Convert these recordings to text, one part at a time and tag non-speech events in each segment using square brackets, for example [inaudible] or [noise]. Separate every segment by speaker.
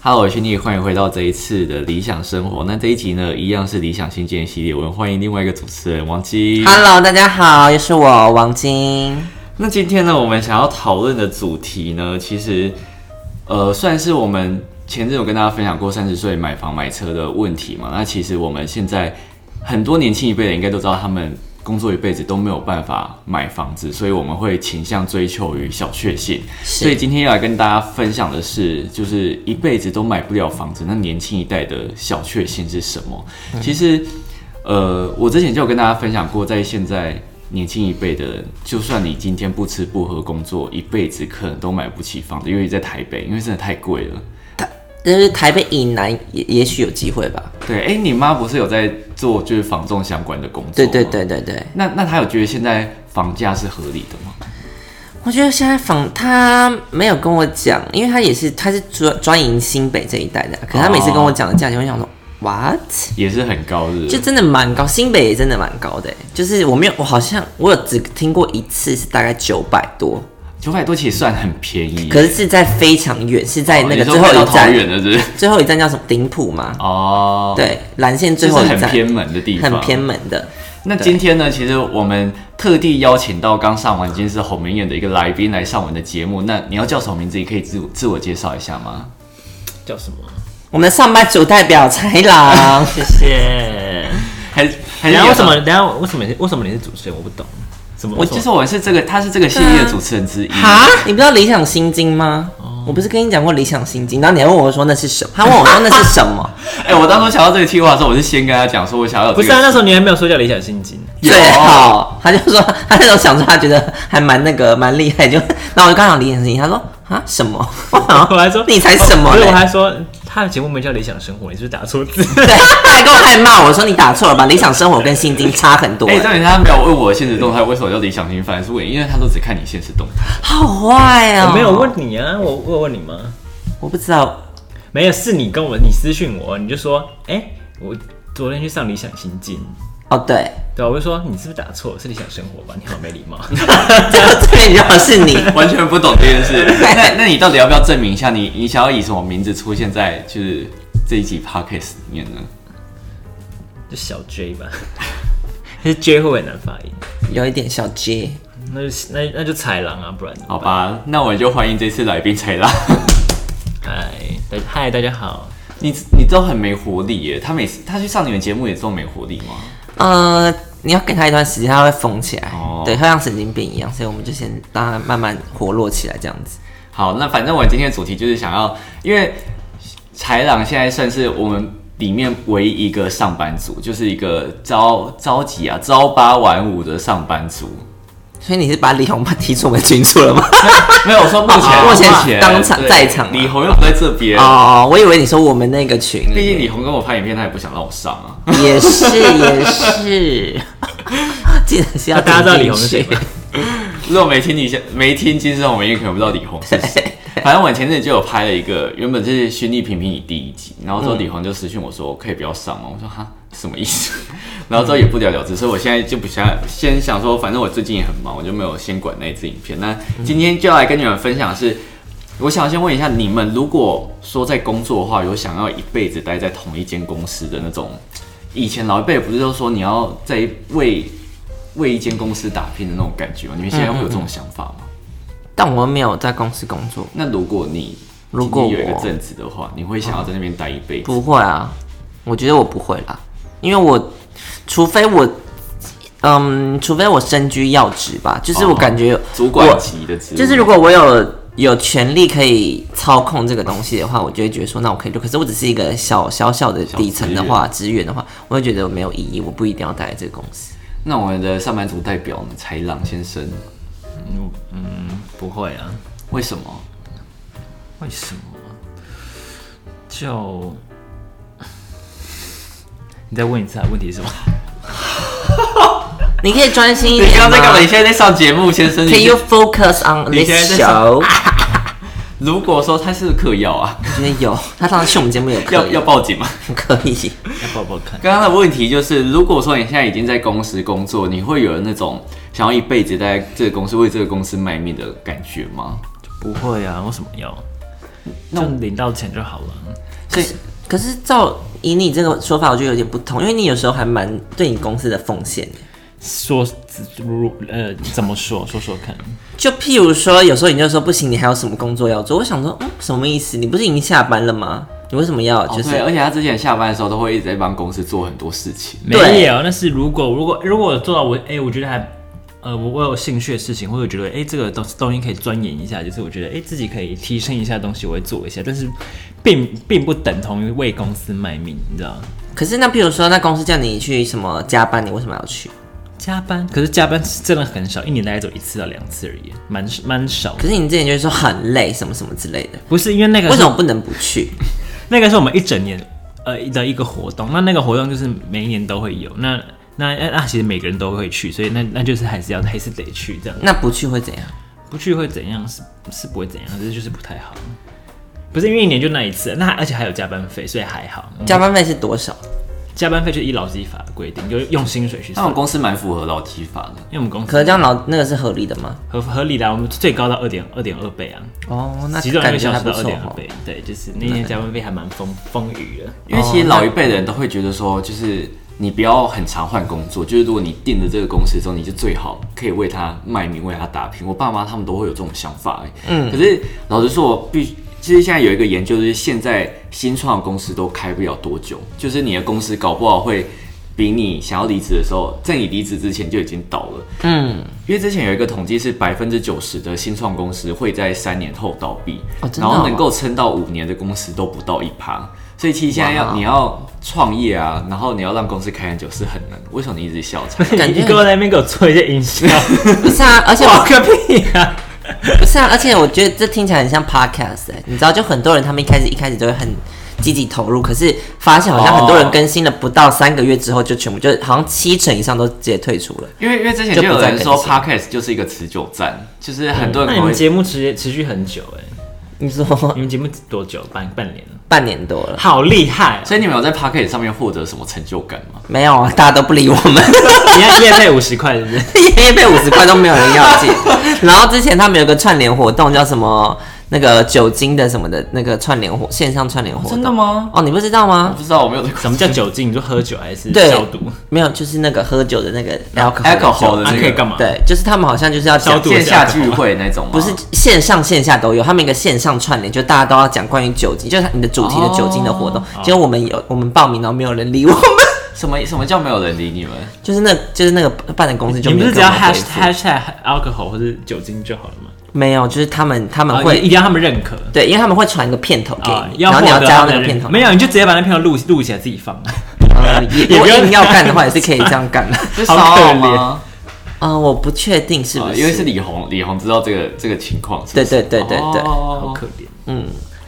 Speaker 1: Hello，我是聂，欢迎回到这一次的理想生活。那这一集呢，一样是理想新建系列，我们欢迎另外一个主持人王基。
Speaker 2: Hello，大家好，又是我王晶。
Speaker 1: 那今天呢，我们想要讨论的主题呢，其实呃，算是我们前阵有跟大家分享过三十岁买房买车的问题嘛。那其实我们现在很多年轻一辈的应该都知道，他们工作一辈子都没有办法买房子，所以我们会倾向追求于小确幸。所以今天要来跟大家分享的是，就是一辈子都买不了房子，那年轻一代的小确幸是什么？其实，呃，我之前就有跟大家分享过，在现在年轻一辈的人，就算你今天不吃不喝工作一辈子，可能都买不起房子，因为在台北，因为真的太贵了。
Speaker 2: 就是台北以南也也许有机会吧。
Speaker 1: 对，哎、你妈不是有在做就是房仲相关的工作？
Speaker 2: 对对。对对对，
Speaker 1: 那那她有觉得现在房价是合理的吗？
Speaker 2: 我觉得现在访他没有跟我讲，因为他也是他是专专营新北这一带的，可是他每次跟我讲的价钱，我想说 what？
Speaker 1: 也是很高，是不？
Speaker 2: 就是真的蛮高，新北也真的蛮高的，欸就是我没有，我好像我有只听过一次是大概九百多，
Speaker 1: 九百多其实算很便宜。哦
Speaker 2: 可是是在非常远，是在那
Speaker 1: 你
Speaker 2: 个
Speaker 1: 说
Speaker 2: 最后
Speaker 1: 快到
Speaker 2: 一
Speaker 1: 桃
Speaker 2: 站，
Speaker 1: 园了，是不是？
Speaker 2: 最后一站叫什么顶埔嘛？
Speaker 1: 哦，
Speaker 2: 对，蓝线最
Speaker 1: 就是
Speaker 2: 后一
Speaker 1: 很
Speaker 2: 站，
Speaker 1: 偏门的地方，
Speaker 2: 很偏。门的。
Speaker 1: 那今天呢，其实我们特地邀请到刚上完《今日红明艳》的一个来宾来上我们的节目。那你要叫什么名字？你可以自我自我介绍一下吗？
Speaker 3: 叫什么？
Speaker 2: 我们的上班族代表豺
Speaker 3: [laughs]
Speaker 2: 狼
Speaker 3: 谢谢。
Speaker 1: 还是还是
Speaker 3: 等一下
Speaker 1: 你
Speaker 3: 为
Speaker 1: 要
Speaker 3: 什么？？等一下为什么？为什么你是主持人？我不懂。什么？
Speaker 1: 我
Speaker 3: 为什
Speaker 1: 就
Speaker 3: 么
Speaker 1: 是我们是这个，他是这个系列的主持人之一。
Speaker 2: 哈，你不知道理想心经吗？
Speaker 3: 哦
Speaker 2: 我不是跟你讲过理想心经，然后你还问我说那是什么？他问我说那是什么？
Speaker 1: 哎、我当初想到这个计划的时候，我是先跟他讲说，我想要有
Speaker 3: 不
Speaker 1: 这
Speaker 3: 是啊？
Speaker 1: 个
Speaker 3: 那时候你还没 [laughs] 有说啊叫理想心经。
Speaker 1: 有
Speaker 2: 最好，他就说 [laughs] 他那时候想说他觉得还蛮那个蛮厉害，就 [laughs] 那我就刚讲理想心经，他说啊什么？我想
Speaker 3: [laughs] 我还说
Speaker 2: 哦你才什么
Speaker 3: 不是，
Speaker 2: 嘞
Speaker 3: 我还说他的节目名叫《理想生活》，你是不是打错字？
Speaker 2: 对， [laughs] 他还跟我还骂我说你打错了吧？理想生活跟心经差很多、
Speaker 3: [laughs]
Speaker 1: 哎，重点是他没有问我的现实动态为什么叫理想型反而是问，因为他都只看你现实动态。
Speaker 2: 好坏哦！
Speaker 3: 我没有问，你啊，我我有问你吗？
Speaker 2: 我不知道，
Speaker 3: 没有，是你跟我，你私讯我，你就说，哎、我昨天去上理想心经，
Speaker 2: 哦对， [laughs]
Speaker 3: 对啊，我就说你是不是打错？是理想生活吧？你好没礼貌。 [laughs]
Speaker 2: 这个最重要是你。
Speaker 1: 完全不懂这件事。那那你到底要不要证明一下你你想要以什么名字出现在就是这一集 podcast 里面呢？
Speaker 3: 就小 J 吧， [laughs] 还是 J 会不会很难发音？
Speaker 2: 有一点小 J，
Speaker 3: 那就那那就豺狼啊，不然
Speaker 1: 好吧，那我就欢迎这次来宾才啦。
Speaker 3: 嗨大嗨大家好，
Speaker 1: [laughs] 你你都很没活力耶，他每次他去上你们节目也这么没活力吗？
Speaker 2: 呃，你要给他一段时间，他会疯起来，
Speaker 1: 哦
Speaker 2: 对，他像神经病一样，所以我们就先让他慢慢活络起来，这样子。
Speaker 1: 好，那反正我今天的主题就是想要，因为豺狼现在算是我们里面唯一一个上班族，就是一个朝朝几啊朝八晚五的上班族。 [laughs]
Speaker 2: 所以你是把李红踢出我们群组了 [laughs] 吗？
Speaker 1: 没有我说目前
Speaker 2: 哦目前
Speaker 1: 前
Speaker 2: 当场
Speaker 1: 对
Speaker 2: 在场啊
Speaker 1: 李红又不在这边
Speaker 2: 哦，哦，我以为你说我们那个群
Speaker 1: 毕竟
Speaker 2: 里
Speaker 1: 李红跟我拍影片，他也不想让我上啊。 [laughs]
Speaker 2: 面，也是也是，记得是要
Speaker 3: 那大家知道李
Speaker 2: 听进
Speaker 3: 红是谁
Speaker 2: 去
Speaker 3: 吗？
Speaker 1: 如果没听你先没听金生，我们也可能不知道李红是谁。 [laughs] 反正我前阵子就有拍了一个，原本是《虚拟评评》你第一集，然后之后李红就私讯我说可以不要上吗？我说哈什么意思？ [laughs] 然后之后也不了了之，所以我现在就不想先想说，反正我最近也很忙，我就没有先管那支影片。那今天就要来跟你们分享的是，我想先问一下你们，如果说在工作的话，有想要一辈子待在同一间公司的那种，以前老一辈不是都说你要在为为一间公司打拼的那种感觉吗？你们现在会有这种想法吗？
Speaker 2: 但我没有在公司工作，
Speaker 1: 那如果你
Speaker 2: 如果
Speaker 1: 今天有一个
Speaker 2: 我
Speaker 1: 正职的话，你会想要在那边待一辈子？
Speaker 2: 不会啊，我觉得我不会啦，因为我除非我，嗯，除非我身居要职吧，就是我
Speaker 1: 哦
Speaker 2: 感觉
Speaker 1: 主
Speaker 2: 我
Speaker 1: 管级的职务，
Speaker 2: 就是如果我有有权利可以操控这个东西的话，我就会觉得说，那我可以做。可是我只是一个小小小的底层的话，职员的话，我会觉得没有意义，我不一定要待在这个公司。
Speaker 1: 那我们的上班族代表呢，豺狼先生，
Speaker 3: 嗯嗯，不会啊，
Speaker 1: 为什么？
Speaker 3: 为什么啊？就你再问一次啊，问题是什么？ [laughs]
Speaker 2: 你可以专心一
Speaker 1: 你
Speaker 2: 点
Speaker 1: 刚刚
Speaker 2: 吗
Speaker 1: 在干嘛？你现在在上节目，先生。
Speaker 2: ？Can
Speaker 1: 你
Speaker 2: you focus on
Speaker 1: 你
Speaker 2: this
Speaker 1: 现在在
Speaker 2: show？
Speaker 1: 如果说他是嗑药啊，
Speaker 2: 我觉得有，他上次去我们节目有
Speaker 1: 要
Speaker 2: 可以
Speaker 1: 要，报警吗？ [laughs]
Speaker 2: 可以。
Speaker 3: 要抱抱看。
Speaker 1: 刚刚的问题就是，如果说你现在已经在公司工作，你会有那种想要一辈子待在这个公司为这个公司卖命的感觉吗？
Speaker 3: 不会啊，为什么要？那我领到钱就好了。
Speaker 1: 所以
Speaker 2: 可是照以你这个说法，我觉得有点不同，因为你有时候还蛮对你公司的奉献的。
Speaker 3: 说如呃怎么说？说说看。
Speaker 2: 就譬如说，有时候你就说不行，你还有什么工作要做？我想说，嗯，什么意思？你不是已经下班了吗？你为什么要
Speaker 1: 哦
Speaker 2: 就是？
Speaker 1: 对，而且他之前下班的时候都会一直在帮公司做很多事情。
Speaker 3: 没有，那是如果如果如果我做到我哎、我觉得还呃我我有兴趣的事情，或者觉得哎、这个东东西可以钻研一下，就是我觉得哎、自己可以提升一下东西，我会做一下，但是并并不等同于为公司卖命，你知道吗？
Speaker 2: 可是那譬如说，那公司叫你去什么加班，你为什么要去？
Speaker 3: 加班，可是加班是真的很少，一年大概走一次到两次而已，蛮蛮少的。
Speaker 2: 可是你之前就会说很累，什么什么之类的，
Speaker 3: 不是因为那个
Speaker 2: 为
Speaker 3: 是
Speaker 2: 什么不能不去？
Speaker 3: 那个是我们一整年呃的一个活动，那那个活动就是每一年都会有，那那那那其实每个人都会去，所以那那就是还是要还是得去这样，
Speaker 2: 那不去会怎样？
Speaker 3: 不去会怎样？是是不会怎样，只是就是不太好。不是因为一年就那一次，那而且还有加班费，所以还好。嗯
Speaker 2: 加班费是多少？
Speaker 3: 加班费就是依劳基法的规定，就是用薪水去
Speaker 1: 那我
Speaker 3: 算
Speaker 1: 们。公司蛮符合劳基法的，
Speaker 3: 因为我们公
Speaker 2: 可
Speaker 3: 司
Speaker 2: 是这样老那个是合理的吗？
Speaker 3: 合合理的啊，我们最高到二点二点二倍啊，
Speaker 2: 哦，那
Speaker 3: 其中一
Speaker 2: 感
Speaker 3: 个
Speaker 2: 觉
Speaker 3: 小
Speaker 2: 还
Speaker 3: 时
Speaker 2: 不
Speaker 3: 到二
Speaker 2: 错
Speaker 3: 点二
Speaker 2: 哦。
Speaker 3: 倍，对，就是那天加班费还蛮丰丰裕的。
Speaker 1: 因为其
Speaker 2: 哦
Speaker 1: 实老一辈的人都会觉得说，就是你不要很常换工作，就是如果你定了这个公司之后，你就最好可以为他卖命，为他打拼。我爸妈他们都会有这种想法、欸，嗯。可是老实说，我必其实现在有一个研究，就是现在新创公司都开不了多久，就是你的公司搞不好会比你想要离职的时候，在你离职之前就已经倒了。
Speaker 2: 嗯，
Speaker 1: 因为之前有一个统计是百分之九十的新创公司会在三年后倒闭，
Speaker 2: 哦真的
Speaker 1: 然
Speaker 2: 哦
Speaker 1: 后能够撑到五年的公司都不到一趴，所以其实现在
Speaker 2: 哇
Speaker 1: 要你要创业啊，然后你要让公司开很久是很难。为什么你一直笑
Speaker 3: [laughs]
Speaker 1: 场？
Speaker 2: 感觉
Speaker 3: 你给我在那边给我做一些
Speaker 2: [laughs]
Speaker 3: 营销，
Speaker 2: 不是啊，而且
Speaker 3: 搞
Speaker 2: 我
Speaker 3: 个屁啊！
Speaker 2: 不是啊，而且我觉得这听起来很像 podcast，、欸、你知道，就很多人他们一开始一开始都会很积极投入，可是发现好像很多人更新了不到三个月之后，就全部就好像七成以上都直接退出了。
Speaker 1: 因为因为之前
Speaker 2: 就
Speaker 1: 就
Speaker 2: 不
Speaker 1: 有
Speaker 2: 再
Speaker 1: 人说
Speaker 2: 更新
Speaker 1: podcast 就是一个持久战，就是很多
Speaker 3: 那
Speaker 1: 人可
Speaker 3: 你
Speaker 1: 能
Speaker 3: 们
Speaker 1: 会
Speaker 3: 节目持持续很久哎、
Speaker 2: 你说 [laughs]
Speaker 3: 你们节目多久？半半年了，
Speaker 2: 半年多了，
Speaker 3: 好厉害、
Speaker 2: 啊
Speaker 1: 所以你们有在 podcast 上面获得什么成就感吗？
Speaker 2: 没有啊，大家都不理我们，
Speaker 3: 你要夜费五十块是不是？
Speaker 2: 因为被五十块都没有人要进。然后之前他们有个串联活动，叫什么那个酒精的什么的那个串联活线上串联活动、
Speaker 1: 真的？吗？
Speaker 2: 哦，你不知道
Speaker 1: 我
Speaker 2: 吗？
Speaker 1: 不知道，我没有在
Speaker 3: 什么叫酒精？你说喝酒还是
Speaker 2: 对
Speaker 3: 消毒？
Speaker 2: 没有，就是那个喝酒的那个 alcohol 的
Speaker 1: alcohol 的
Speaker 3: 啊
Speaker 1: 那
Speaker 3: 可以干
Speaker 1: 个
Speaker 3: 嘛？，
Speaker 2: 对，就是他们好像就是要讲
Speaker 3: 消毒
Speaker 1: 线下聚会那种吗？
Speaker 2: 不是线上线下都有，他们一个线上串联，就大家都要讲关于酒精，就是你的主题的酒精的活动。结果我们有我们报名，然后没有人理我们， [laughs]
Speaker 1: 什么什么叫没有人理你们？
Speaker 2: 就是那就是那个办的公司就
Speaker 3: 你们
Speaker 2: 没
Speaker 3: 不
Speaker 2: 有
Speaker 3: 是
Speaker 2: 给
Speaker 3: 只
Speaker 2: 我
Speaker 3: 要
Speaker 2: 们回
Speaker 3: hash
Speaker 2: 复
Speaker 3: hashtag alcohol 或者酒精就好了吗？
Speaker 2: 没有，就是他们他们
Speaker 3: 啊，
Speaker 2: 会、
Speaker 3: 一定要他们认可
Speaker 2: 对，因为他们会传一个片头给
Speaker 3: 啊，
Speaker 2: 你，
Speaker 3: 要
Speaker 2: 然后你要
Speaker 3: 获得
Speaker 2: 加
Speaker 3: 他
Speaker 2: 到那个
Speaker 3: 们的
Speaker 2: 片
Speaker 3: 认
Speaker 2: 头，
Speaker 3: 可。没有，你就直接把那片哦头录录起来自己放。
Speaker 2: 呃，也
Speaker 3: 也
Speaker 2: 如
Speaker 3: 不
Speaker 2: 果
Speaker 3: 用
Speaker 2: 硬要干的话，也是可以这样干的。
Speaker 1: 是
Speaker 3: 好
Speaker 1: 骚
Speaker 3: 可
Speaker 1: 扰
Speaker 3: 怜
Speaker 1: 吗？
Speaker 2: 啊、我不确定是不
Speaker 1: 啊
Speaker 2: 是，
Speaker 1: 因为是李红，李红知道这个这个情况，是不
Speaker 2: 对
Speaker 1: 是
Speaker 2: 对对对对
Speaker 3: 好
Speaker 1: 哦
Speaker 3: 可怜，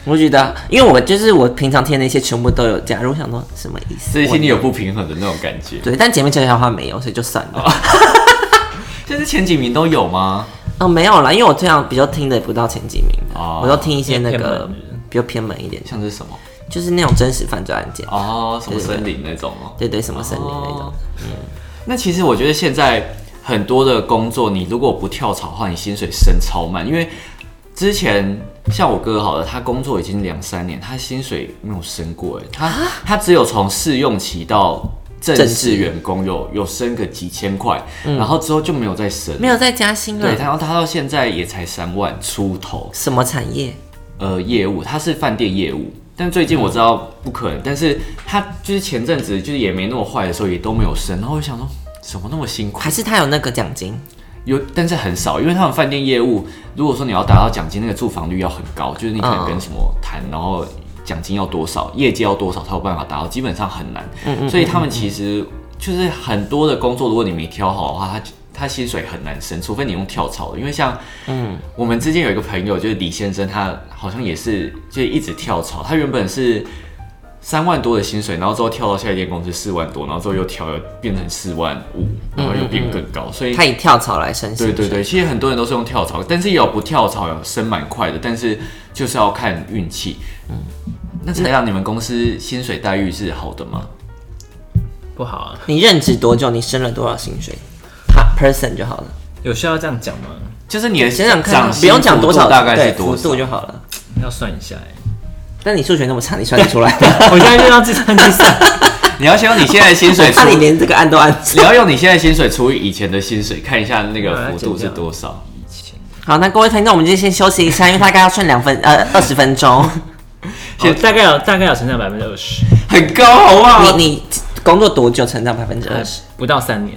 Speaker 2: 我觉得，因为我就是我平常听的那些全部都有加入，我想说什么意思？
Speaker 1: 所以心里有不平衡的那种感觉。
Speaker 2: 对，但姐妹悄悄话没有，所以就算了。
Speaker 1: 哦就是前几名都有吗？
Speaker 2: [laughs] 哦，没有啦，因为我这样比较听的不到前几名的，
Speaker 1: 哦
Speaker 2: 我都听一些那
Speaker 3: 偏门
Speaker 2: 个
Speaker 3: 的
Speaker 2: 比较偏门一点的，
Speaker 1: 像是什么？
Speaker 2: 就是那种真实犯罪案件，
Speaker 1: 哦，什么森林那种哦。
Speaker 2: 对对，什么森林那种。
Speaker 1: 哦那其实我觉得现在很多的工作，你如果不跳槽的话，你薪水升超慢，因为之前像我哥好了，他工作已经两三年，他薪水没有升过，哎，他他只有从试用期到正
Speaker 2: 正式
Speaker 1: 式员工有有升个几千块，然后之后嗯就没有啊再升了，
Speaker 2: 没有再加薪
Speaker 1: 对，
Speaker 2: 了。
Speaker 1: 然后他到现在也才三万出头，
Speaker 2: 什么产业？
Speaker 1: 呃业务，他是饭店业务。但最近我知道不可能，但是他就是前阵子就是也没那么坏的时候，也都没有升。然后我想说，怎么那么辛苦
Speaker 2: 还？是他有那个奖金？
Speaker 1: 有，但是很少，因为他们饭店业务，如果说你要达到奖金，那个住房率要很高，就是你可能跟什么谈，然后奖金要多少，业绩要多少才有办法达到，基本上很难。所以他们其实就是很多的工作，如果你没挑好的话，他他薪水很难升，除非你用跳槽的，因为像嗯，我们之间有一个朋友就是李先生，他好像也是就一直跳槽，他原本是。三万多的薪水，然后之后跳到下一间公司四万多，然后之后又跳又变成四万五，然后又变更高，所以
Speaker 2: 他以跳槽来升薪
Speaker 1: 对
Speaker 2: 水。
Speaker 1: 对对，其实很多人都是用跳槽，但是也有不跳槽有升蛮快的，但是就是要看运气。嗯，那才让你们公司薪水待遇是好的吗？
Speaker 3: 不好啊，
Speaker 2: 你任职多久？你升了多少薪水？Per person 就好了，
Speaker 3: 有需要这样讲吗？
Speaker 1: 就是你的
Speaker 2: 想想看啊，
Speaker 1: 薪
Speaker 2: 不用讲
Speaker 1: 幅
Speaker 2: 多少，
Speaker 1: 度大概
Speaker 2: 对
Speaker 1: 是多
Speaker 2: 幅度
Speaker 1: 少？
Speaker 2: 就好了。
Speaker 3: 要要算一下哎、
Speaker 2: 但你数学那么差，你算得出来吗？
Speaker 1: [laughs]
Speaker 3: 我现在就要计算
Speaker 2: [laughs]
Speaker 3: 计算， [laughs]
Speaker 1: 你要先用你现在的薪水
Speaker 2: 我
Speaker 1: 除
Speaker 2: 怕，你连这个按都按
Speaker 1: 你要用你现在的薪水除以以前的薪水，看一下那个幅度
Speaker 3: 对
Speaker 1: 是
Speaker 3: 啊
Speaker 1: 多少。
Speaker 3: 以前
Speaker 2: 好，那各位听众，我们就先休息一下，因为大概要算两分呃二十分 [laughs] 钟。
Speaker 3: 现大概有大概有成长百分之二十，
Speaker 1: 很高，好不
Speaker 2: 你
Speaker 1: 好？
Speaker 2: 你工作多久成长百分之二十？
Speaker 3: 不到三年，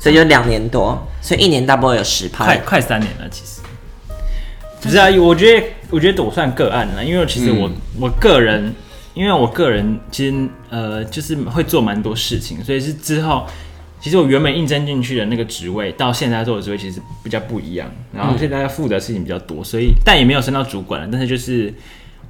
Speaker 2: 所以就两年多，所以一年大概有十趴
Speaker 3: 快。快三年了，其实。不是啊，我觉得我觉得我算个案了，因为其实我、
Speaker 1: 嗯
Speaker 3: 我个人，因为我个人其实呃就是会做蛮多事情，所以是之后。其实我原本应征进去的那个职位，到现在做的职位其实比较不一样，然后现在要负责的事情比较多，所以但也没有升到主管了，但是就是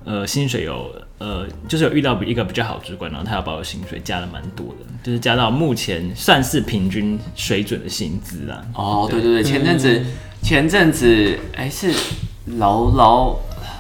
Speaker 3: 呃薪水有呃就是有遇到一个比较好的主管，然后他要把我薪水加了蛮多的，就是加到目前算是平均水准的薪资啦。
Speaker 1: 哦，对对对，前阵子前阵子哎是劳劳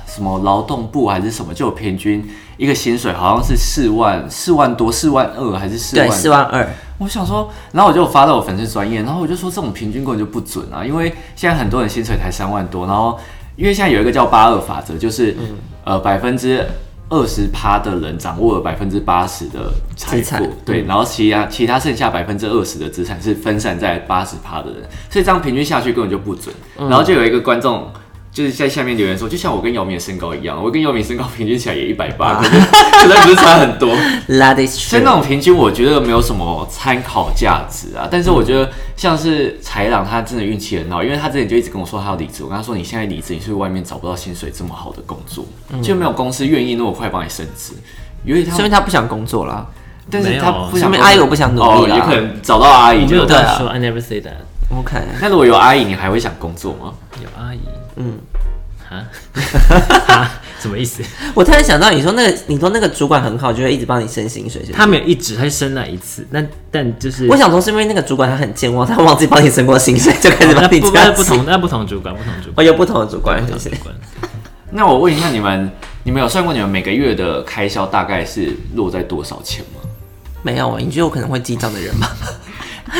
Speaker 1: 什么劳动部还是什么，就有平均一个薪水好像是四万四万多四万二还是四
Speaker 2: 对，
Speaker 1: 万
Speaker 2: 四万二，
Speaker 1: 我想说，然后我就发到我粉丝专业，然后我就说这种平均根本就不准啊，因为现在很多人薪水才三万多，然后因为现在有一个叫八二法则，就是、
Speaker 2: 嗯
Speaker 1: 呃百分之二十趴的人掌握了百分之八十的财
Speaker 2: 资产嗯
Speaker 1: 富，对，然后其他其他剩下百分之二十的资产是分散在八十趴的人，所以这样平均下去根本就不准。
Speaker 2: 嗯
Speaker 1: 然后就有一个观众。就是在下面留言说，就像我跟姚明的身高一样，我跟姚明身高平均起来也一百八，可是 [laughs] 可是不是差很多。
Speaker 2: That is
Speaker 1: 所以那
Speaker 2: true。
Speaker 1: 种平均，我觉得没有什么参考价值啊。但是我觉得像是豺狼，他真的运气很好，因为他之前就一直跟我说他要离职。我跟他说，你现在离职，你是不是外面找不到薪水这么好的工作，
Speaker 2: 嗯
Speaker 1: 就没有公司愿意那么快帮你升职。因为他
Speaker 2: 说，明他不想工作啦，
Speaker 1: 但是他不想工
Speaker 2: 说
Speaker 1: 作，
Speaker 2: 明啊阿姨我不想努力
Speaker 1: 哦，
Speaker 2: 啦
Speaker 1: 也可能找到阿姨
Speaker 3: 我没有
Speaker 1: 就
Speaker 3: 这
Speaker 2: 对
Speaker 3: 样
Speaker 2: 啊
Speaker 3: 说，I never say that。
Speaker 2: OK，
Speaker 1: 那如果有阿姨，你还会想工作吗？
Speaker 3: 有阿姨，
Speaker 2: 嗯，
Speaker 3: [laughs] 啊，啊什么意思？
Speaker 2: 我突然想到，你说那个，你说那个主管很好，就会一直帮你升薪水。是不是
Speaker 3: 他没有一直，他就生了一次，但但就是
Speaker 2: 我想说，是因为那个主管他很健忘，他忘记帮你升过薪水，就开始
Speaker 3: 哦那
Speaker 2: 帮你
Speaker 3: 不
Speaker 2: 加
Speaker 3: 那不
Speaker 2: 薪。
Speaker 3: 同那不同主管，不同主
Speaker 2: 我哦
Speaker 3: 管，
Speaker 2: 有不同的主管，
Speaker 3: 不
Speaker 2: 谢
Speaker 3: 同主
Speaker 2: 谢。
Speaker 3: 管。
Speaker 1: 那我问一下你们，你们有算过你们每个月的开销大概是落在多少钱吗？
Speaker 2: 没有啊，你觉得我可能会记账的人吗？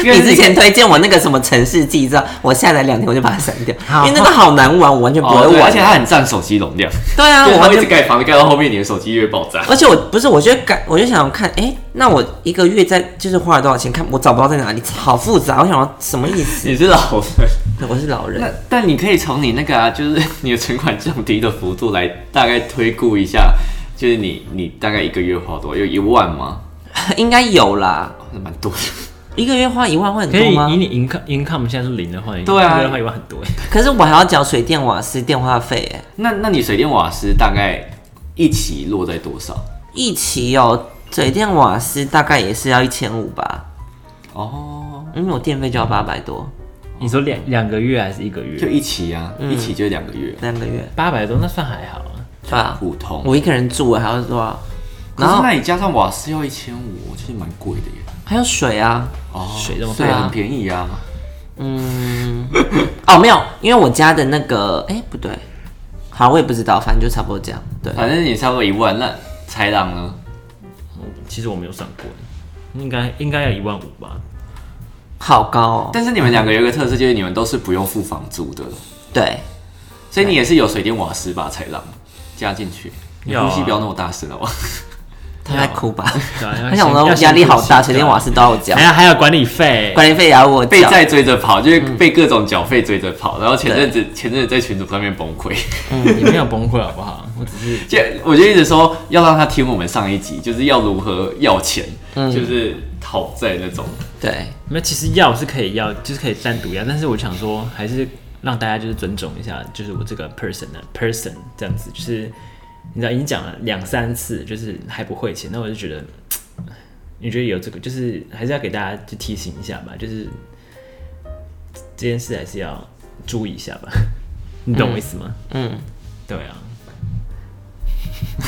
Speaker 1: 因为
Speaker 2: [laughs] 你之前推荐我那个什么城市记账，我下载两天我就把它删掉，因
Speaker 3: 好
Speaker 2: 为那个好难玩，我完全不会
Speaker 1: 哦，对
Speaker 2: 玩。
Speaker 1: 而且它很占手机容量，
Speaker 2: 对啊，
Speaker 1: 对，
Speaker 2: 我
Speaker 1: 它
Speaker 2: 完
Speaker 1: 会一直
Speaker 2: 全。
Speaker 1: 盖房子盖到后面，你的手机越爆炸。
Speaker 2: 而且我不是，我就感，我就想看，哎、那我一个月在就是花了多少钱？看我找不到在哪里，好复杂。我想说什么意思？
Speaker 1: 你是老人，
Speaker 2: 我是老人
Speaker 1: 那，但你可以从你那个啊，就是 [laughs] 你的存款降低的幅度来大概推估一下，就是你你大概一个月花多少有一万吗？
Speaker 2: 应该有啦。
Speaker 1: 哦那蛮多的。
Speaker 2: 一个月花一万会很
Speaker 3: 可
Speaker 2: 多
Speaker 3: 以
Speaker 2: 吗
Speaker 3: 以？你 income income 现在是零的话，你
Speaker 1: 对啊
Speaker 3: 一个人的话一万很多耶。
Speaker 2: 可是我还要缴水电瓦斯、电话费，哎，
Speaker 1: 那那你水电瓦斯大概一起落在多少？
Speaker 2: 一起哦，水电瓦斯大概也是要一千五吧，
Speaker 1: 哦，
Speaker 2: 因为我电费就要八百多，
Speaker 3: 你说两两个月还是一个
Speaker 1: 就
Speaker 3: 月？
Speaker 1: 一起啊，一起就两个月，
Speaker 2: 两个月，
Speaker 3: 八百多，那算还好啊。
Speaker 2: 对吧？
Speaker 1: 普通。
Speaker 2: 我一个人住，还要多少？
Speaker 1: 可
Speaker 2: 然
Speaker 1: 是
Speaker 2: 后
Speaker 1: 那你加上瓦斯要一千五，其实蛮贵的耶。
Speaker 2: 还有水啊，
Speaker 1: 哦，
Speaker 3: 水这么
Speaker 1: 对，
Speaker 2: 贵啊
Speaker 1: 很便宜啊。
Speaker 3: 嗯
Speaker 2: [laughs] 哦，没有，因为我家的那个，哎、不对，好，我也不知道，反正就差不多这样。对，
Speaker 1: 反正也差不多一万。那豺狼呢？
Speaker 3: 嗯其实我没有算过，应该应该要一万五吧。
Speaker 2: 好高哦。
Speaker 1: 但是你们两个有一个特色，就是你们都是不用付房租的。
Speaker 2: 对，
Speaker 1: 所以你也是有水电瓦斯吧？才让加进去。你
Speaker 3: 要啊
Speaker 1: 呼吸不要那么大声哦
Speaker 3: [laughs]
Speaker 1: 好吧？
Speaker 2: 他在哭吧？
Speaker 3: 对啊要
Speaker 2: 他想
Speaker 3: 先
Speaker 2: 说
Speaker 3: 要先
Speaker 2: 压力好
Speaker 3: 付起
Speaker 2: 大，
Speaker 3: 对啊
Speaker 2: 水电瓦斯都要我交
Speaker 3: 还，有还有管理费，
Speaker 2: 管理费也要我
Speaker 1: 被
Speaker 2: 交。
Speaker 1: 债追着
Speaker 3: 嗯
Speaker 1: 跑，就是被各种缴费追着跑。然后前阵子前阵子在群组上面崩溃， [laughs]
Speaker 3: 嗯你没有崩溃好不好？我只是
Speaker 1: 就我就一直说要让他听我们上一集，就是要如何要钱，
Speaker 3: 嗯
Speaker 1: 就是讨债那种。
Speaker 2: 对，
Speaker 3: 那其实要是可以要，就是可以单独要，但是我想说，还是让大家就是尊重一下，就是我这个 person 的 person 这样子，就是你知道已经讲了两三次，就是还不汇钱，那我就觉得，嗯你觉得有这个，就是还是要给大家就提醒一下吧，就是这件事还是要注意一下吧，你懂我意思吗？
Speaker 2: 嗯，
Speaker 3: 对啊，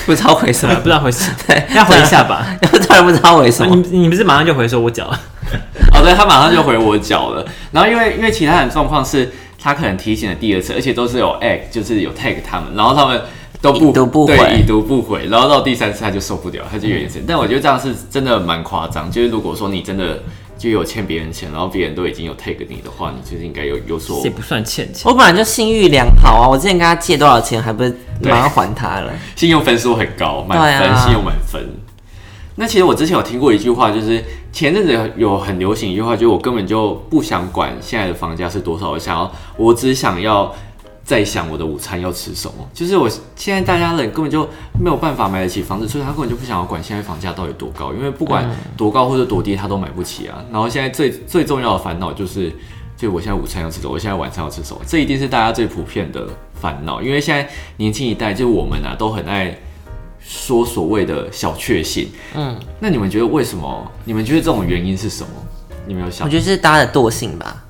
Speaker 2: 不知道回什
Speaker 3: 对啊，
Speaker 2: 么
Speaker 3: [laughs] 不，知道回什么，
Speaker 2: 对，
Speaker 3: 要回
Speaker 2: [laughs]
Speaker 3: 一下吧。
Speaker 2: 当然不知道回什
Speaker 3: 你
Speaker 2: 么。
Speaker 3: 你不是马上就回说我啊缴了？
Speaker 1: [laughs] 哦，对他马上就回我脚了。然后因为因为其他人状况是他可能提醒了第二次，而且都是有 egg，就是有 tag 他们，然后他们都不
Speaker 2: 已读不回嗯
Speaker 1: 对，已读不回，然后到第三次他就受不了，他就有眼神。但我觉得这样是真的蛮夸张，就是如果说你真的就有欠别人钱，然后别人都已经有 take 你的话，你就是应该有有所
Speaker 2: 啊
Speaker 3: 这也不算欠钱。
Speaker 2: 我本来就信誉良好啊，我之前跟他借多少钱，还不是
Speaker 1: 对
Speaker 2: 马上还他了？
Speaker 1: 信用分数很高，满
Speaker 2: 对
Speaker 1: 分，
Speaker 2: 啊
Speaker 1: 信用满分。那其实我之前有听过一句话，就是前阵子有很流行一句话，就是我根本就不想管现在的房价是多少，我想要，我只想要在想我的午餐要吃什么。就是我现在大家人根本就没有办法买得起房子，所以他根本就不想要管现在房价到底多高，因为不
Speaker 2: 嗯
Speaker 1: 管多高或者多低，他都买不起啊。然后现在最最重要的烦恼就是就我现在午餐要吃什么，我现在晚餐要吃什么，这一定是大家最普遍的烦恼。因为现在年轻一代，就是我们啊，都很爱说所谓的小确幸。嗯，那你们觉得为什么？你们觉得这种原因是什么？你们有
Speaker 2: 我
Speaker 1: 想？
Speaker 2: 觉得是大家的惰
Speaker 1: [laughs]
Speaker 2: 性吧，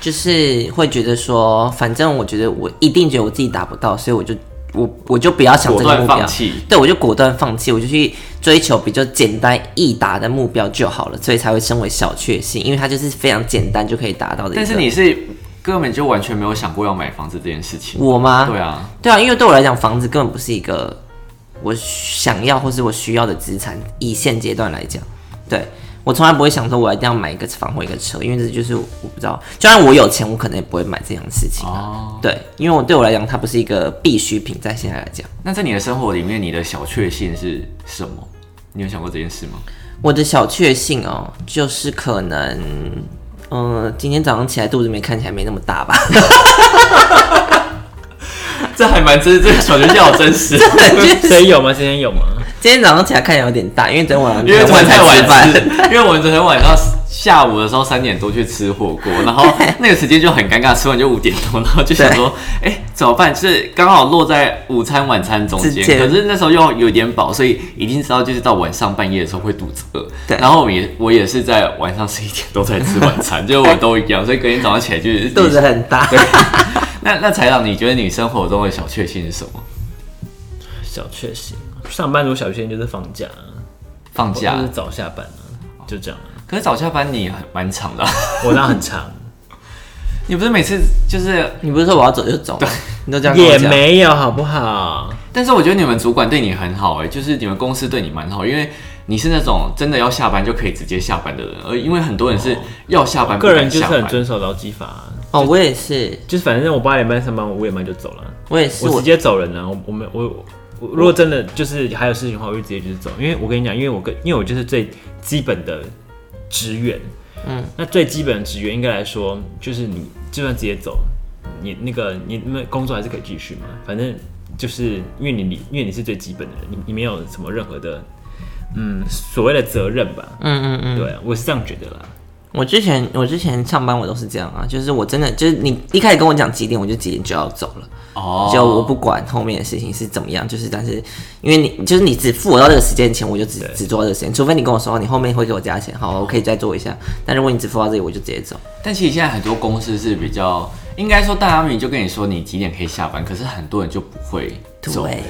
Speaker 2: 就是会觉得说，反正我觉得我一定觉得我自己达不到，所以我就我我就不要想
Speaker 1: 果
Speaker 2: 这个
Speaker 1: 断
Speaker 2: 目标
Speaker 1: 放，弃，
Speaker 2: 对我就果断放弃，我就去追求比较简单易达的目标就好了，所以才会称为小确幸，因为它就是非常简单就可以达到的一个。
Speaker 1: 但是你是根本就完全没有想过要买房子这件事情。
Speaker 2: 我吗？
Speaker 1: 对啊，
Speaker 2: 对啊，因为对我来讲，房子根本不是一个我想要或是我需要的资产。以现阶段来讲，对我从来不会想说我一定要买一个房或一个车，因为这就是我不知道，就算我有钱，我可能也不会买这样的事情啊。
Speaker 1: 哦，
Speaker 2: 对，因为我对我来讲，它不是一个必需品，在现在来讲，
Speaker 1: 那在你的生活里面，你的小确幸是什么？你有想过这件事吗？
Speaker 2: 我的小确幸哦，就是可能。嗯，今天早上起来肚子没看起来没那么大吧？ [laughs]
Speaker 1: 这还蛮真，这个小确幸好 [laughs] 真实。
Speaker 3: 所以有吗？今天有吗？
Speaker 2: 今天早上起来看起来有点大，因为昨天晚上
Speaker 1: 因为昨天太
Speaker 2: 晚
Speaker 1: 晚
Speaker 2: 才吃饭
Speaker 1: 吃，， [laughs] 因为我们昨天晚上下午的时候三点多去吃火锅，然
Speaker 2: [laughs]
Speaker 1: 后那个时间就很尴尬，吃完就五点多，然后就想说，哎、怎么办？就是刚好落在午餐晚餐中
Speaker 2: 之
Speaker 1: 间，
Speaker 2: 间
Speaker 1: 可是那时候又有点饱，所以已经知道就是到晚上半夜的时候会肚子饿。
Speaker 2: 对
Speaker 1: 然后我也我也是在晚上十一点多才吃晚餐，就是我都一样，所以隔天早上起来就是
Speaker 2: 肚子。很大。
Speaker 1: 那那才让你觉得你生活中的小确幸是什么？
Speaker 3: 小确幸，上班族小确幸就是放假啊，
Speaker 1: 放假
Speaker 3: 或
Speaker 2: 嗯
Speaker 3: 者是，早下班啊，就这样啊。
Speaker 1: 可是早下班你很蛮长的啊、
Speaker 3: 我那很长，
Speaker 1: 你不是每次就是
Speaker 2: [laughs] 你不是说我要走就走吗？你都这样跟我
Speaker 3: 也
Speaker 2: 讲
Speaker 3: 没有好不好？
Speaker 1: 但是我觉得你们主管对你很好哎、就是你们公司对你蛮好，因为你是那种真的要下班就可以直接下班的人，而因为很多人是要下班不
Speaker 3: 哦个
Speaker 1: 敢
Speaker 3: 人就是
Speaker 1: 下班
Speaker 3: 很遵守劳基法啊、
Speaker 2: 哦，我也是，
Speaker 3: 就是反正我八点半上班，我五点半就走了，啊
Speaker 2: 我也是，
Speaker 3: 我
Speaker 2: 我
Speaker 3: 直接走人了。我我没我我我如果真的就是还有事情的话，我就直接就是走，因为我跟你讲，因为我跟因为我就是最基本的职员，嗯，那最基本的职员应该来说，就是你就算直接走，你那个你那工作还是可以继续嘛，反正就是因为你你因为你是最基本的人，你你没有什么任何的嗯所谓的责任吧，
Speaker 2: 嗯嗯嗯，
Speaker 3: 对啊，我是这样觉得啦。
Speaker 2: 我之前我之前上班我都是这样啊，就是我真的就是你一开始跟我讲几点，我就几点就要走了，
Speaker 1: 哦，
Speaker 2: 就我不管后面的事情是怎么样，就是但是因为你就是你只付我到这个时间钱，我就只只做到这个时间，除非你跟我说你后面会给我加钱，
Speaker 1: 哦
Speaker 2: 好，我可以再做一下，但如果你只付到这里，我就直接走。
Speaker 1: 但其实现在很多公司是比较，应该说大家明明就跟你说你几点可以下班，可是很多人就不会走。
Speaker 2: 对，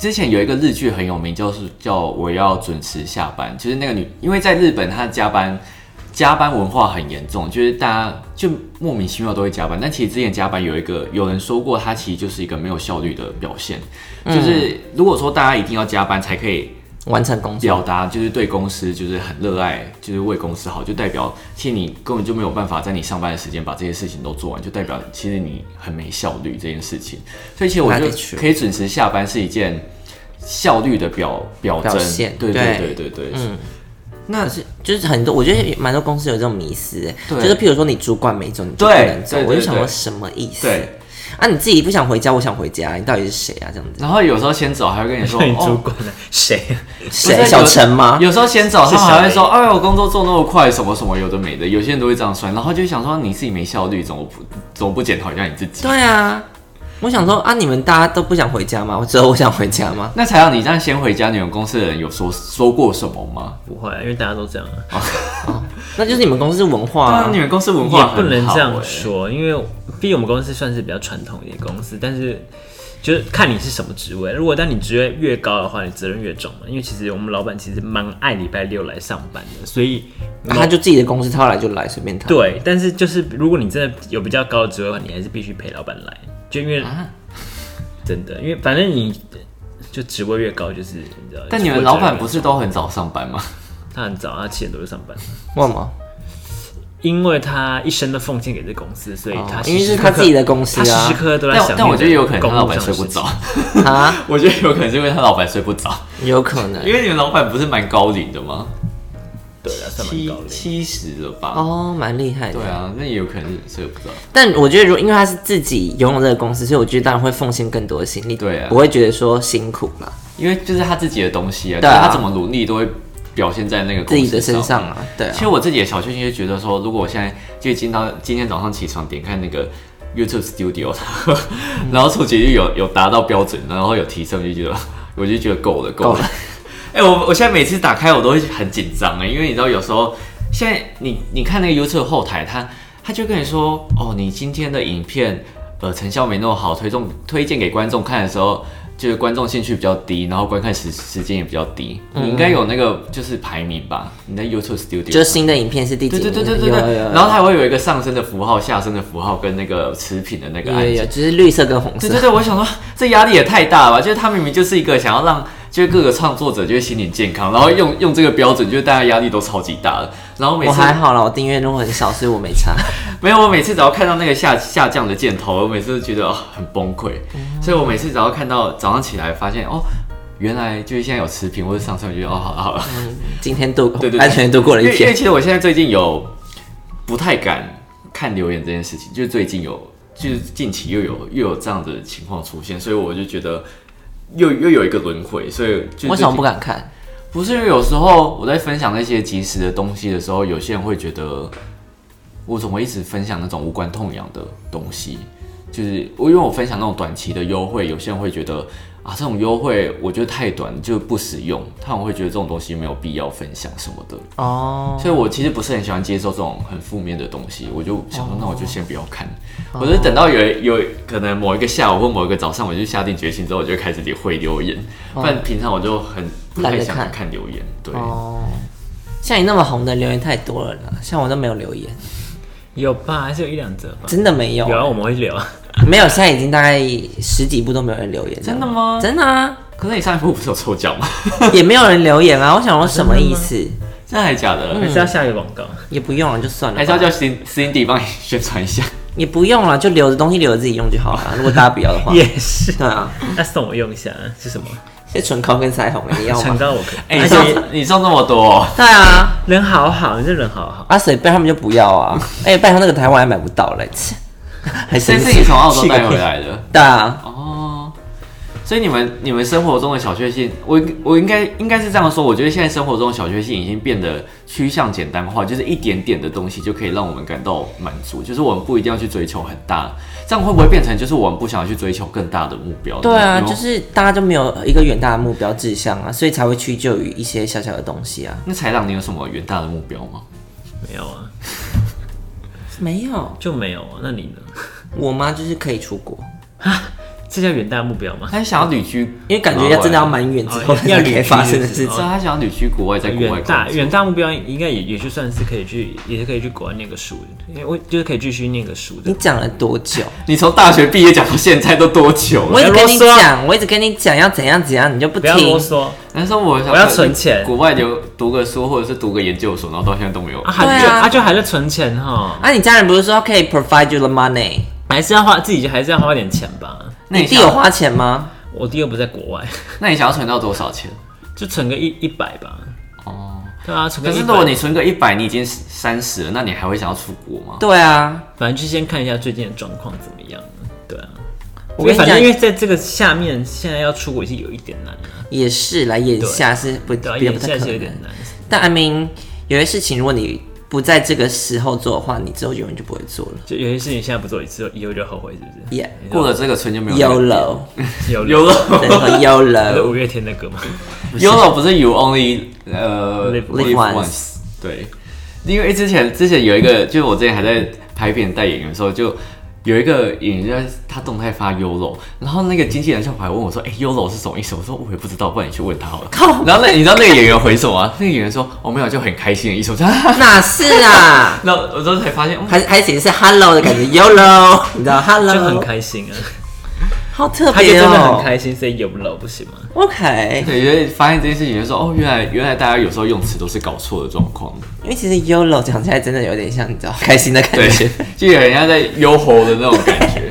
Speaker 1: 之前有一个日剧很有名，就是叫我要准时下班，就是那个女，因为在日本她加班。加班文化很严重，就是大家就莫名其妙都会加班。但其实之前加班有一个有人说过，它其实就是一个没有效率的表现。就是如果说大家一定要加班才可以
Speaker 2: 完成工作，
Speaker 1: 表达，就是对公司就是很热爱，就是为公司好，就代表其实你根本就没有办法在你上班的时间把这些事情都做完，就代表其实你很没效率这件事情。所以其实我觉
Speaker 2: 那
Speaker 1: 得
Speaker 2: 的确
Speaker 1: 可以准时下班是一件效率的表表征
Speaker 2: 表现，
Speaker 1: 对对对
Speaker 2: 对
Speaker 1: 对对，嗯，
Speaker 2: 那是就是很多，我觉得蛮多公司有这种迷思，哎
Speaker 1: 对
Speaker 2: 就是譬如说你主管没走，你就不
Speaker 1: 对
Speaker 2: 能走
Speaker 1: 对，对
Speaker 2: 我就想
Speaker 1: 对
Speaker 2: 说什么意思？
Speaker 1: 对。
Speaker 2: 啊，你自己不想回家，我想回家，你到底是谁啊？这样子，
Speaker 1: 然后有时候先走还会跟你
Speaker 3: [laughs]
Speaker 1: 说，
Speaker 3: 那你主
Speaker 1: 哦，
Speaker 3: 管呢？谁啊？
Speaker 1: 不
Speaker 2: 谁？
Speaker 1: 是
Speaker 2: 小陈吗？
Speaker 1: 有时候先走
Speaker 3: 是
Speaker 1: 他们
Speaker 3: 小
Speaker 1: 还会
Speaker 3: 雷
Speaker 1: 说，哎，我工作做那么快，什么什么有的没的，有些人都会这样算，然后就想说你自己没效率，怎么不怎么不检讨一下你自己？
Speaker 2: 对啊，我想说啊，你们大家都不想回家吗？我只有我想回家吗？ [laughs]
Speaker 1: 那才让你这样先回家，你们公司的人有说说过什么吗？
Speaker 3: 不会啊，因为大家都这样啊。
Speaker 2: 那就是你们公司文化
Speaker 1: 啊，
Speaker 2: 啊
Speaker 1: 你。们公司文
Speaker 3: 也
Speaker 1: 化
Speaker 3: 不能
Speaker 1: 很好
Speaker 3: 这样
Speaker 1: 欸
Speaker 3: 说，因为毕竟我们公司算是比较传统一点的公司，但是就是看你是什么职位。如果当你职位越高的话，你责任越重嘛。因为其实我们老板其实蛮爱礼拜六来上班的，所以
Speaker 1: 嗯
Speaker 2: 啊他就自己的公司，他要来就来，随便他。
Speaker 3: 对。但是就是如果你真的有比较高的职位的话，你还是必须陪老板来，就因为、
Speaker 1: 啊
Speaker 3: 真的，因为反正你就职位越高，就是你知道。
Speaker 1: 但你们老板不是都很早上班吗？
Speaker 3: 他很早，他七点多就上班，
Speaker 2: 为什
Speaker 1: [laughs]
Speaker 2: 么？
Speaker 3: 因为他一生都奉献给这公司，所以他
Speaker 2: 哦
Speaker 3: 时
Speaker 2: 因为
Speaker 3: 时
Speaker 2: 是
Speaker 3: 刻
Speaker 2: 他
Speaker 3: 刻
Speaker 2: 自己的公司
Speaker 3: 他时
Speaker 2: 啊
Speaker 3: 时刻刻都在想
Speaker 1: 但
Speaker 3: 念着
Speaker 1: 但我觉得有可能他
Speaker 3: 公务
Speaker 1: 老板
Speaker 3: 上
Speaker 1: 睡
Speaker 3: 的
Speaker 1: 不
Speaker 3: 事情
Speaker 1: 着，，
Speaker 2: 啊，
Speaker 1: [laughs] 我觉得有可能是因为他老板睡不着，
Speaker 2: 有可
Speaker 1: [laughs]
Speaker 2: 能
Speaker 1: 因为你们老板不是蛮高龄的吗？
Speaker 3: 对啊，算蛮
Speaker 1: 七
Speaker 3: 高的。
Speaker 1: 七十了吧？
Speaker 2: 哦，蛮厉害的。
Speaker 1: 对啊，那也有可能是睡不着。
Speaker 2: 但我觉得，如因为他是自己拥有这个公司，所以我觉得当然会奉献更多的心力，
Speaker 1: 对啊
Speaker 2: 不会觉得说辛苦啦，
Speaker 1: 因为就是他自己的东西啊，
Speaker 2: 对啊
Speaker 1: 就是他怎么努力都会表现在那个
Speaker 2: 自
Speaker 1: 公
Speaker 2: 己
Speaker 1: 司
Speaker 2: 的身上。啊，对啊
Speaker 1: 其，实我自己的小确幸就觉得说，如果我现在就今到今天早上起床点开那个 YouTube Studio，然后触及率有有达到标准，然后有提升，我就觉得 [laughs] 我就觉得够了，够
Speaker 2: 够
Speaker 1: 了
Speaker 2: 了。
Speaker 1: 哎、我我现在每次打开我都会很紧张哎，因为你知道有时候现在你你看那个 YouTube 后台，他他就跟你说哦，你今天的影片呃成效没那么好，推送推荐给观众看的时候，就是观众兴趣比较低，然后观看时时间也比较低。
Speaker 2: 嗯
Speaker 1: 你应该有那个就是排名吧？你在 YouTube Studio
Speaker 2: 就是新的影片是第几
Speaker 1: 对
Speaker 2: 名？
Speaker 1: 对对对对
Speaker 2: 有
Speaker 1: 对，
Speaker 2: 有有
Speaker 1: 然后它还会有一个上升的符号、下升的符号跟那个持平的那个
Speaker 2: 有
Speaker 1: 按
Speaker 2: 有
Speaker 1: 键
Speaker 2: 有，。就是绿色跟红
Speaker 1: 哎对
Speaker 2: 色
Speaker 1: 对。对，我想说 [laughs] 这压力也太大了吧？就是他明明就是一个想要让就是各个创作者就是心理健康，然后用用这个标准，就是大家压力都超级大的。然后每
Speaker 2: 我
Speaker 1: 次
Speaker 2: 还好啦，我订阅数很少，所以我没差。
Speaker 1: [laughs] 没有，我每次只要看到那个下下降的箭头，我每次都觉得、哦、很崩溃。所以我每次只要看到早上起来发现哦，原来就是现在有持平或者上升，我就觉得哦，好了好了。
Speaker 2: 今天度过
Speaker 1: 对对对
Speaker 2: 安全地度过了一
Speaker 1: 因为因为
Speaker 2: 天，
Speaker 1: 其实我现在最近有不太敢看留言这件事情，就是最近有，就是近期又有又有这样的情况出现，所以我就觉得又又有一个轮回，所以就
Speaker 2: 为什么不
Speaker 1: 敢？
Speaker 2: 敢看？
Speaker 1: 不是因为有时候我在分享那些即时的东西的时候，有些人会觉得我怎么一直分享那种无关痛痒的东西，就是我因为我分享那种短期的优惠，有些人会觉得啊这种优惠我觉得太短就不实用，他们会觉得这种东西没有必要分享什么的。
Speaker 2: 哦，
Speaker 1: 所以我其实不是很喜欢接受这种很负面的东西，我就想
Speaker 2: 哦
Speaker 1: 说，那我就先不要看。我就等到有有可能某一个下午或某一个早上，我就下定决心之后，我就开始会留言。不然平常我就很不太想
Speaker 2: 哦懒得看
Speaker 1: 看留言。对，
Speaker 2: 哦，像你那么红的留言太多了啦，像我都没有留言，
Speaker 3: 有吧？还是有一两则吧。
Speaker 2: 真的没有，
Speaker 3: 有啊，我们会聊啊。
Speaker 2: 没有，现在已经大概十几部都没有人留言，
Speaker 1: 真的吗
Speaker 2: 真的啊，
Speaker 1: 可是你上一部不是有抽奖吗？ [laughs]
Speaker 2: 也没有人留言啊，我想说什么意思？
Speaker 1: 真的还假的？
Speaker 2: 嗯
Speaker 3: 还是要下一个广告。
Speaker 2: 也不用了，就算了吧，
Speaker 1: 还是要叫 Cin- Cindy 帮你宣传一下？
Speaker 2: 也不用了，就留着东西留着自己用就好了。如果大家不要的
Speaker 1: [laughs]
Speaker 2: 话，
Speaker 3: 也是，
Speaker 2: 对啊，
Speaker 3: 那送我用一下是什么？
Speaker 2: 这唇膏跟腮红你
Speaker 1: [laughs]
Speaker 2: 要
Speaker 3: 唇
Speaker 2: 吗？
Speaker 3: 膏我可以。
Speaker 1: 哎、你
Speaker 3: 而且
Speaker 1: 送你送那么多、哦，
Speaker 2: 对啊，
Speaker 3: 人好好，你这人好好。
Speaker 2: 阿水贝他们就不
Speaker 1: [laughs]
Speaker 2: 要啊，哎，拜托那个台湾还买不到嘞，切还
Speaker 1: 这
Speaker 2: 生
Speaker 1: 是你
Speaker 2: 气
Speaker 1: 从澳洲带回来的。
Speaker 2: 对啊，
Speaker 1: 哦，所以你们你们生活中的小确幸，我我应该应该是这样说，我觉得现在生活中的小确幸已经变得趋向简单化，就是一点点的东西就可以让我们感到满足，就是我们不一定要去追求很大，这样会不会变成就是我们不想要去追求更大的目标？
Speaker 2: 对啊，
Speaker 1: 你们
Speaker 2: 就是大家就没有一个远大的目标志向啊，所以才会屈就于一些小小的东西啊。
Speaker 1: 那才让你有什么远大的目标吗？
Speaker 3: 没有啊，
Speaker 2: 没有，
Speaker 3: 就没有啊。那你呢？
Speaker 2: 我妈就是可以出国，
Speaker 3: 这叫远大目标吗？
Speaker 1: 他想要旅居，哎
Speaker 2: 因为感觉要真的要哦蛮远之后
Speaker 3: 哦要
Speaker 2: 才可以发生的事
Speaker 1: 知
Speaker 2: 情。
Speaker 1: 道他想要旅居国外，在国外
Speaker 3: 远大
Speaker 1: 工作
Speaker 3: 远大目标应该也也就算是可以去，也是可以去国外念个书，因为我就是可以继续念个书
Speaker 2: 你
Speaker 3: 的。
Speaker 2: 讲了多久？
Speaker 1: 你从大学毕业讲到现在都多久
Speaker 2: 我
Speaker 1: 了？
Speaker 2: 一直跟你
Speaker 3: 不要啰嗦
Speaker 2: 讲，我一直跟你讲要怎样怎样，你啊就不
Speaker 3: 不
Speaker 2: 听
Speaker 3: 要。啰嗦
Speaker 1: 男生，我想
Speaker 3: 我要存钱
Speaker 1: 国外留读个书或者是读个研究所，然后到现在都没有
Speaker 3: 啊，还
Speaker 2: 对啊
Speaker 3: 就啊就还在存钱哈，
Speaker 2: 啊，你家人不是说可以 provide you the money？
Speaker 3: 还是要花自己还是要花点钱吧。
Speaker 1: 那
Speaker 2: 你
Speaker 1: 你
Speaker 2: 弟
Speaker 1: 想
Speaker 2: 有花钱吗？
Speaker 3: 我弟又不在国外， [laughs]
Speaker 1: 那你想要存到多少钱？
Speaker 3: 就存个一一百吧。
Speaker 1: 哦，
Speaker 3: 对啊，存个
Speaker 1: 可是
Speaker 3: 一
Speaker 1: 如果
Speaker 3: 百。
Speaker 1: 你存个一百，你已经三十了，那你还会想要出国吗？
Speaker 2: 对啊，
Speaker 3: 反正就先看一下最近的状况怎么样。对啊，
Speaker 2: 我
Speaker 3: 因
Speaker 2: 跟
Speaker 3: 为
Speaker 2: 你
Speaker 3: 反正
Speaker 2: 讲
Speaker 3: 因为在这个下面，现在要出国也是有一点难的、啊，
Speaker 2: 也是来眼下是不
Speaker 3: 对啊，
Speaker 2: 也不
Speaker 3: 眼
Speaker 2: 太
Speaker 3: 下
Speaker 2: 可
Speaker 3: 是有
Speaker 2: 能
Speaker 3: 点。难。
Speaker 2: 但 I mean，有些事情如果你不在这个时候做的话，你之后永远就不会做了。
Speaker 3: 就有些事情现在不做一次，以后就后悔，是不是？
Speaker 2: Yeah，
Speaker 1: 过了这个村就没有那个店。
Speaker 2: YOLO，
Speaker 3: 有
Speaker 1: 有
Speaker 3: 了，
Speaker 1: 了
Speaker 2: 对和 YOLO，
Speaker 3: [laughs] 五月天的歌嘛，
Speaker 1: 有了，不是 you only 呃
Speaker 3: Live
Speaker 2: live once
Speaker 1: 对，因为之前之前有一个，就是我之前还在拍片代言的时候，就有一个演员他动态发 YOLO，然后那个经纪人就跑来问我说：“哎、y o l o 是什么意思？”我说：“我也不知道，不然你去问他好了。”然后那你知道那个演员回什么、啊？那个演员说：“我、没有，就很开心的意思。”我说：“哈哈。
Speaker 2: 哪是啊？
Speaker 1: 然后我之后才发现，嗯
Speaker 2: 还还写的是 Hello 的感觉，YOLO，你知道
Speaker 3: 就很
Speaker 2: [laughs] Hello，
Speaker 3: 开心啊。
Speaker 2: 好特
Speaker 3: 他就
Speaker 2: 别
Speaker 3: 真的很
Speaker 2: 哦。
Speaker 3: 开心，say you love 不行吗？
Speaker 2: OK，
Speaker 1: 对，因为发现这件事情，就说哦，原来原来大家有时候用词都是搞错的状况，
Speaker 2: 因为其实 YOLO 讲起来真的有点像你知道开心的感
Speaker 1: 对
Speaker 2: 觉。，
Speaker 1: 就有人家在悠吼的那种感
Speaker 3: [laughs]
Speaker 1: 觉。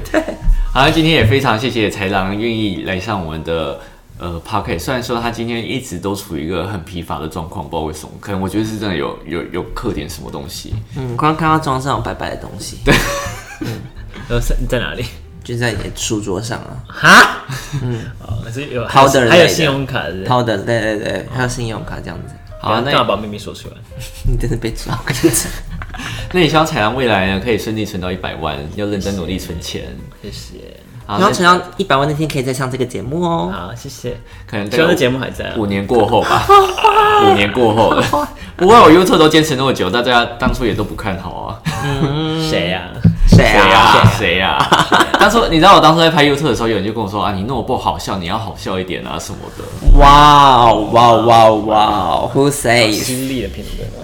Speaker 1: 好，那今天也非常谢谢豺狼愿意来上我们的呃 p o c k e t 虽然说他今天一直都处于一个很疲乏的状况，不知道为什么，可能我觉得是真的有有有刻点什么东西。
Speaker 2: 嗯，光看到桌上有白白的东西，
Speaker 3: 呃，在在哪里？
Speaker 2: 就在你的书桌上啊，
Speaker 3: 哈？嗯，哦，是有
Speaker 2: Powder
Speaker 3: 还
Speaker 2: 类
Speaker 3: 有
Speaker 2: 的
Speaker 3: 信用卡是不是？
Speaker 2: 掏的，对对对，还有信用卡这样子， [laughs]
Speaker 1: 好啊，
Speaker 3: 不
Speaker 1: 那
Speaker 3: 要干嘛把秘密说出来？
Speaker 2: 你真的被抓。我跟你讲
Speaker 1: 那你希望豺狼未来呢可以顺利存到一百万，要认真努力存钱。
Speaker 3: 谢谢，
Speaker 1: 好，
Speaker 2: 然后
Speaker 1: 那
Speaker 2: 存到一百万那天可以再上这个节目哦。
Speaker 3: 好，谢谢。
Speaker 1: 可能
Speaker 3: 希望这节
Speaker 1: 目
Speaker 3: 目还在
Speaker 1: [laughs]
Speaker 3: 啊。
Speaker 1: 五年过后吧，五年过后了。不过我 YouTube 都坚持那么久，大家当初也都不看好啊。
Speaker 3: 谁呀？
Speaker 2: 谁
Speaker 1: 谁
Speaker 2: 啊？
Speaker 1: 呀？谁呀？ [laughs] 当初你知道我当初在拍 YouTube 的时候，有人就跟我说啊，你弄得不好笑，你要好笑一点啊什么的。
Speaker 2: 哇哦哇哦哇哦哇哦！Who says？
Speaker 3: 犀利的评论啊。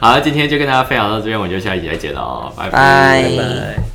Speaker 1: 哦好，今天就跟大家分享到这边，我们就下一集再见了，拜
Speaker 2: 拜
Speaker 3: 拜拜。